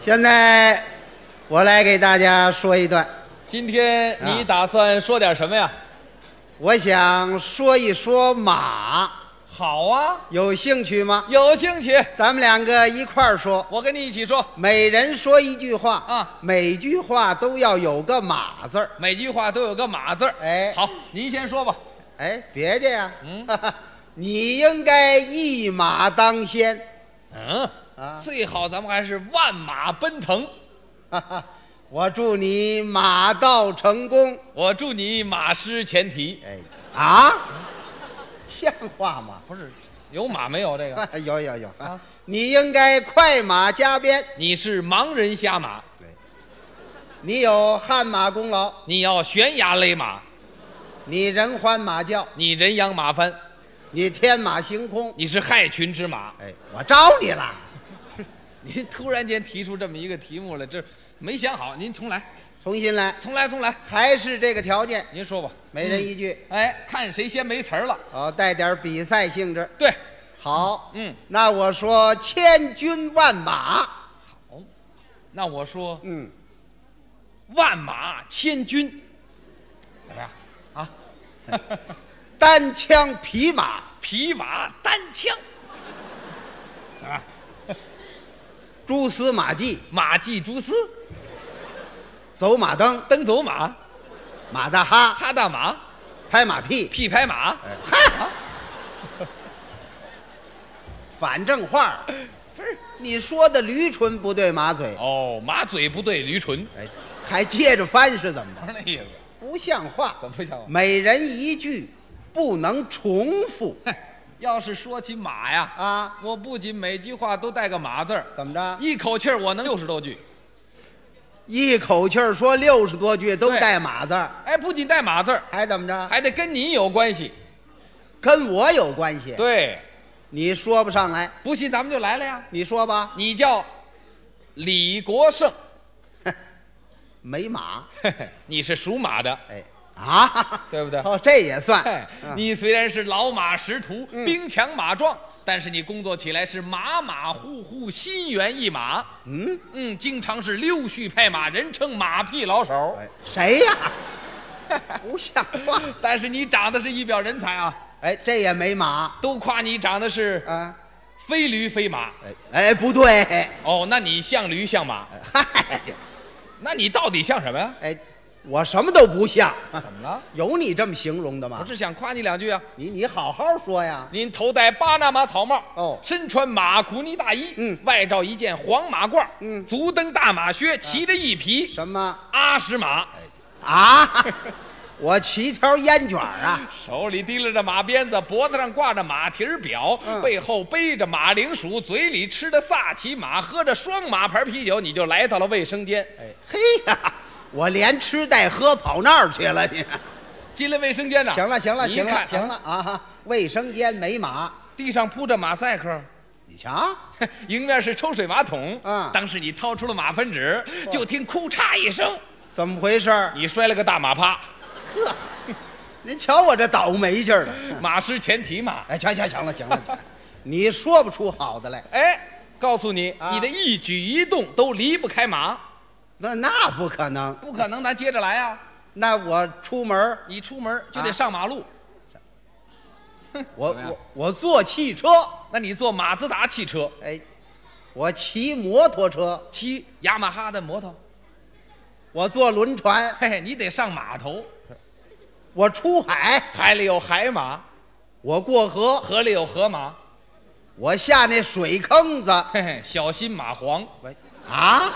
现在我来给大家说一段，今天啊你打算说点什么呀？我想说一说马，好啊，有兴趣吗？有兴趣，咱们两个一块儿说，我跟你一起说。每人说一句话啊，每句话都要有个马字儿。每句话都有个马字儿。哎好，您先说吧。哎，别介呀，嗯 你应该一马当先。 嗯，啊最好咱们还是万马奔腾。我祝你马到成功。我祝你马失前蹄。哎，啊，像话吗？ 不是，有马没有这个？有有有啊，你应该快马加鞭。你是盲人瞎马，你有汗马功劳，你要悬崖勒马，你人欢马叫，你人仰马翻，你天马行空。你是害群之马。哎，我招你了，哎您突然间提出这么一个题目来，这没想好。您重来，重新来，重来，重来。还是这个条件，您说吧。每人一句，哎，看谁先没词儿了。哦，带点比赛性质。对，好，嗯，那我说千军万马，哦，那我说嗯，万马千军，怎么样？啊， 单枪匹马，匹马单枪，啊，蛛丝马迹，马迹蛛丝，走马灯，蹬走马，马大哈，哈大马，拍马屁，屁拍马，哎，哈，啊， 反正话儿，不是，你说的驴唇不对马嘴，哦，马嘴不对驴唇，哎，还接着翻是怎么不着？是那意思，不像话，怎么不像话？每人一句，不能重复哼 要是说起马呀，啊！我不仅每句话都带个马字儿，怎么着？一口气儿我能六十多句，一口气儿说六十多句都对带马字儿，哎，不仅带马字儿，还怎么着？还得跟你有关系。跟我有关系？对，你说不上来，不信咱们就来了呀。你说吧。你叫李国胜，没马，嘿嘿你是属马的，哎啊，对不对？哦，这也算哎。嗯你虽然是老马识途，嗯兵强马壮，但是你工作起来是马马虎虎，心猿意马。嗯，嗯，经常是溜须拍马，人称马屁老手。哎，谁呀？ 不像话！但是你长得是一表人才啊，哎，这也没马都夸你长得是啊！非驴非马。哎哎，不对，哎哦，那你像驴像马，嗨，那你到底像什么呀？哎，我什么都不像，怎么了？有你这么形容的吗我？是想夸你两句啊。你你好好说呀。您头戴巴拿马草帽，哦身穿马古尼大衣，嗯外罩一件黄马褂，嗯足蹬大马靴，骑着一匹什么？阿什马，啊， 我骑条烟卷儿 啊，手里提溜着马鞭子，脖子上挂着马蹄儿表，嗯背后背着马铃薯，嘴里吃着萨其马，喝着双马牌啤酒，你就来到了卫生间。哎，嘿呀，我连吃带喝跑那儿去了你。 进了卫生间呢，行了行了你行看啊了行了，啊，卫生间没马，地上铺着马赛克。 你瞧，迎面是抽水马桶，嗯当时你掏出了马粪纸，就听“哭嚓”一声，怎么回事儿？你摔了个大马趴。呵，您瞧我这倒霉劲儿的。马失前蹄嘛。 哎，行行行了行了，行了你说不出好的来，哎，告诉你，啊你的一举一动都离不开马，那那不可能，不可能，咱接着来啊！那我出门儿你出门就啊得上马路，我怎么样我我坐汽车，那你坐马自达汽车，哎，我骑摩托车，骑雅马哈的摩托，我坐轮船，嘿嘿，你得上码头，我出海。海里有海马，我过河，河里有河马，我下那水坑子，嘿嘿，小心蚂蟥，喂，啊，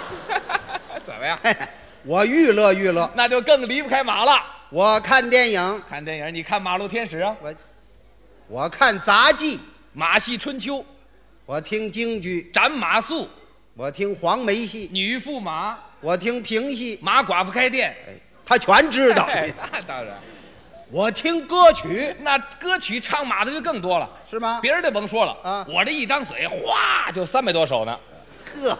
怎么样？嘿嘿我娱乐娱乐，那就更离不开马了。我看电影，看电影，你看《马路天使》啊，我我看杂技， 《马戏春秋》《我听京剧，斩马谡》《我听黄梅戏，女驸马》《我听评戏，马寡妇开店哎，他全》知道。嘿 那当然，我听歌曲那歌曲唱马的就更多了。是吗？别人就甭说了啊我这一张嘴，哗就三百多首呢。呵，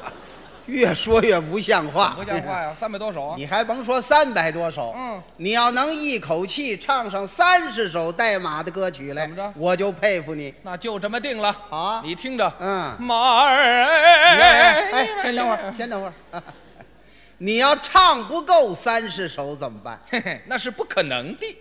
越说越不像话，不像 话呀，三百多首啊啊。你还甭说三百多首，嗯，你要能一口气唱上三十首带马的歌曲来，怎么着我就佩服你那就这么定了。啊！你听着，嗯，马儿哎哎哎，先等会儿，先等会儿。 你要唱不够三十首怎么办？嘿嘿，那是不可能的。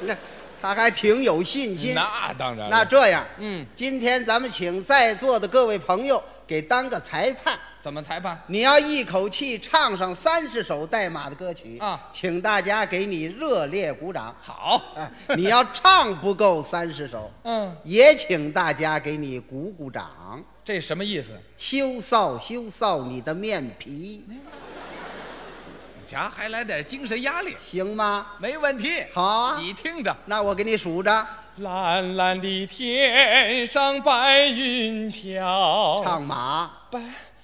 那他还挺有信心。那当然了，那这样，嗯，今天咱们请在座的各位朋友给当个裁判。怎么裁判？你要一口气唱上三十首带马的歌曲啊请大家给你热烈鼓掌。好，啊，你要唱不够三十首， 嗯，也请大家给你鼓鼓掌，这什么意思？羞臊羞臊你的面皮，你瞧，还来点精神压力，行吗？没问题。好啊，你听着，那我给你数着，蓝蓝的天上白云飘，唱马，白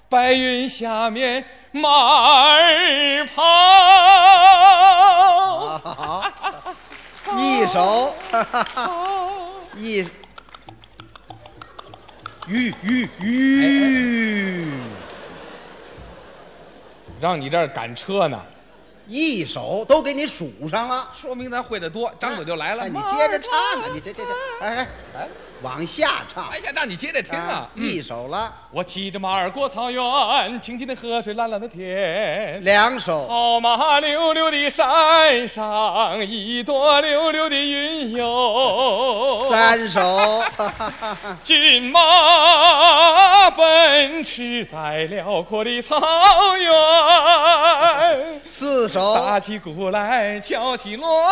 白云下面马儿跑。好， 一首，好 一，吁吁哎吁，让你这儿赶车呢，一首都给你数上了，说明咱会的多，张嘴就来了。哎你接着唱啊，你这这这，哎哎，来了，往下唱，哎呀，让你接着听啊。嗯一首了，我骑着马儿过草原，清清的河水，蓝蓝的天。两首。好马溜溜的山上，一朵溜溜的云哟。三首， 骏马奔驰在辽阔的草原，四首，打起鼓来敲起锣，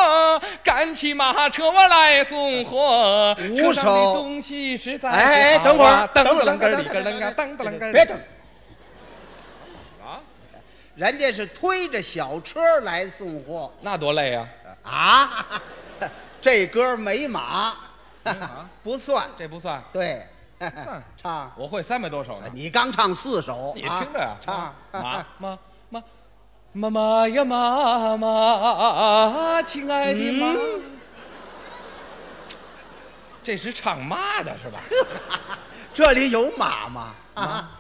赶起马车我来送货。五车上的首东西实在哎哎不等会儿好啊噔等会儿等噔会噔儿噔噔噔噔噔噔，别等，啊！人家是推着小车来送货那多累啊！啊。这歌没马没马，不算。这不算，对，算唱，我会三百多首呢。你刚唱四首，你啊听着呀，唱妈妈妈妈妈呀妈妈，亲爱的妈，嗯这是唱妈的是 吧？这里有马吗？马啊，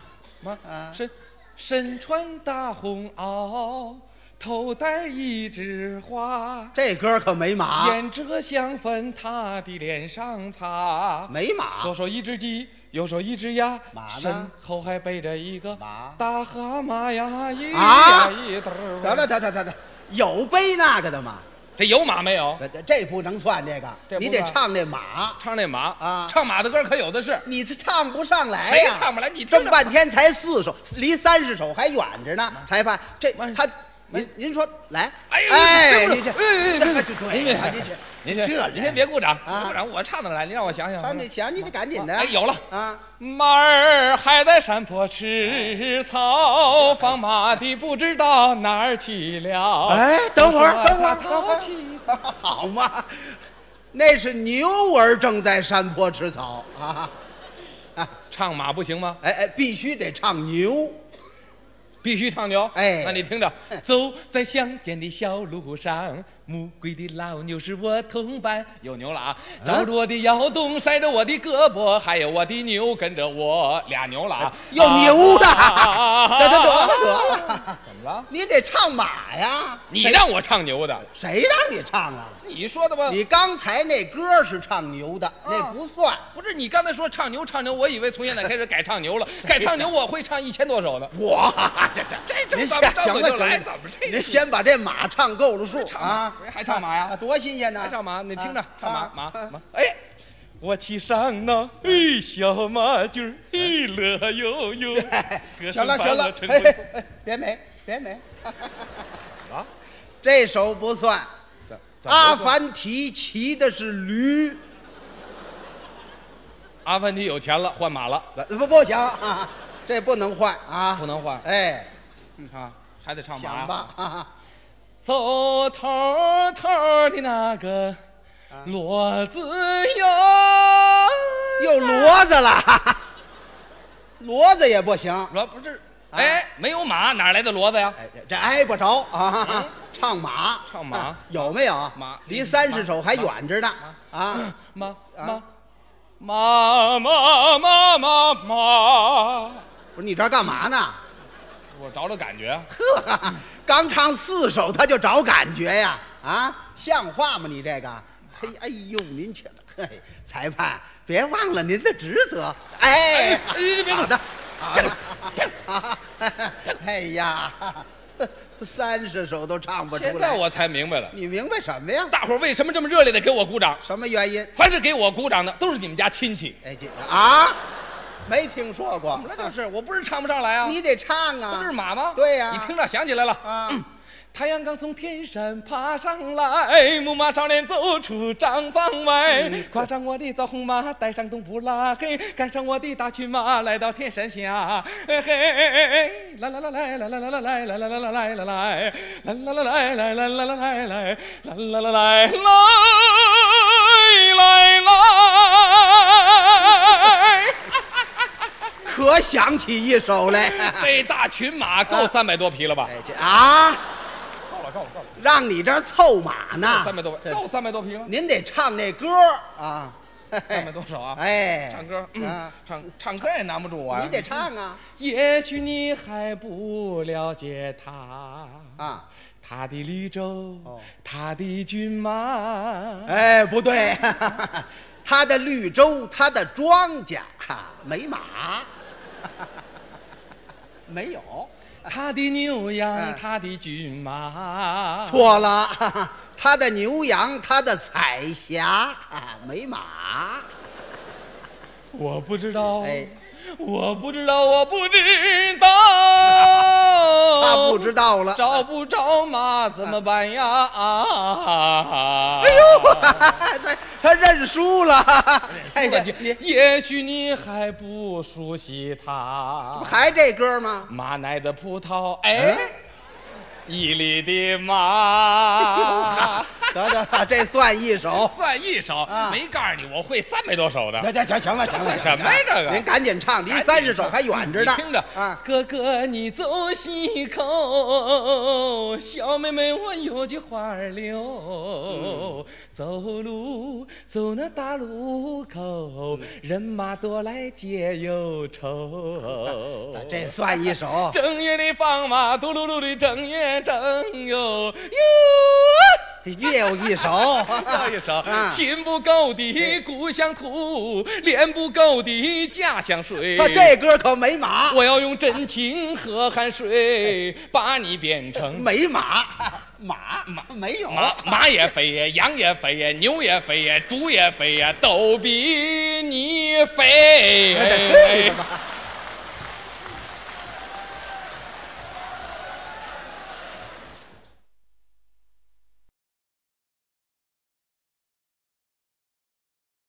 妈啊身身穿大红袄，头戴一枝花，这歌可没马，沿着香粉她的脸上擦。没马左手一只鸡，右手一只鸭，马呢身后还背着一个马大蛤蟆呀！一啊呀一嘚儿得了，得得得得，有背那个的吗？这有马没有？这这不能算这这个，不你得算唱那马，唱那马啊唱马的歌可有的是，你这唱不上来谁呀、唱不来？你听这着么半天才四首，离三十首还远着呢。裁判，这慢他，您您说来，哎呦哎，呦你这，哎哎哎哎，对您呀，这您这，您这先人您先别鼓掌，啊别鼓掌，我唱得来，您让我想想。唱你想你得赶紧的哎，有了。啊，马儿还在山坡吃草，放马的不知道哪儿去了。哎，等会儿，我说等会儿，它等会淘气儿，好嘛，那是牛儿正在山坡吃草啊，啊，唱马不行吗？哎哎，必须得唱牛，必须唱牛。哎那你听着，走在乡间的小路上，木归的老牛是我同伴。有牛了啊！着着我的摇动，晒着我的胳膊，还有我的牛跟着我，俩牛了啊！哎有牛的，得得得了了，得了，啊怎么了？你得唱马呀，你谁让我唱牛的，谁让你唱啊？你说的吧？ 你刚才那歌是唱牛的，那不 算。不是你刚才说唱牛唱牛，我以为从现在开始改唱牛 了，改唱牛我会唱一千多首呢。我这这 这您怎先么张行嘴了就行来？了怎么这？您先把这马唱够了数唱马啊！还唱马呀啊多新鲜呢！来唱哎马，你听着啊，唱马啊马啊马，哎。我骑上那嘿小马驹儿，嘿乐 悠悠。行歌声了伴行了我，晨哎昏走哎哎别美别美， 啊，这首不算。怎怎么阿说凡提骑的是驴，阿凡提有钱了，换马了，不不不行啊，这不能换啊！不能换哎，啊，还得唱马想呀。吧啊！走头头的那个啊骡子哟，又骡子了，哈哈骡子也不行。骡不是？啊哎，没有马哪来的骡子呀？哎，这挨不着啊嗯！唱马，唱马啊有没有？马离三十首还远着呢啊！妈啊妈妈妈妈妈妈，不是你这儿干嘛呢？我找找感觉啊。呵哈 哈，刚唱四首他就找感觉呀！啊，像话吗？你这个，嘿，哎呦，您瞧，嘿，裁判，别忘了您的职责。哎， 哎别别好的，啊好的啊 哎呀，三十首都唱不出来。现在我才明白了，你明白什么呀？大伙儿为什么这么热烈的给我鼓掌？什么原因？凡是给我鼓掌的，都是你们家亲戚。哎，这啊，没听说过。怎么了？就是我不是唱不上来啊。你得唱不啊！是马吗？对呀你听着想起来了。啊，太阳刚从天山爬上来，牧马少年走出帐房外，跨上我的枣红马，带上东布拉嘿，赶上我的大群马，来到天山下，嘿嘿，啦啦啦来啦啦啦啦来啦啦啦啦来啦来，啦啦啦来来啦啦啦来来，啦啦啦来来来来。可想起一首来。这大群马够三百多匹了吧？哎，这啊，够了，够了，够了。让你这儿凑马呢。三百多匹，够三百多匹吗？您得唱那歌啊，三百多首啊！哎，唱歌，嗯啊，，唱唱歌也难不住我呀。你得。唱啊也许你还不了解他，啊！他的绿洲哦，他的骏马。哎，不对， 他的绿洲，他的庄稼，哈，没马， 没有，他的牛哎羊，他的骏马。，错了， 他的牛羊，他的彩霞， 啊，没马，我不知道哎，我不知道，我不知道。 他不知道了。哦找不着嘛，怎么办呀？啊！哎呦， 他他认输 了，哎呀，你你也许你还不熟悉它。还这歌吗？ 马奶的葡萄，嗯哎，伊犁 的马，得得得，这算一首。 算一首啊。没告诉你，我会三百多首的。行行行了，行这算什么呀这个您赶紧唱，离三十首还远着呢。你听着啊，哥哥你走西口，小妹妹我有句话儿嗯留，走路走那大路口，嗯人马多来解 忧愁。啊这算一 首。正月里放马，嘟噜噜的正月正哟哟。，又一首 唱一首 啊，琴不够的故乡土，脸不够的家乡水。他啊这歌可没马，我要用真情和汗水把你变成没马， 马马没有马，马也肥呀，羊也肥呀，牛也肥呀，猪也肥呀，都比你肥。哎去你的吧！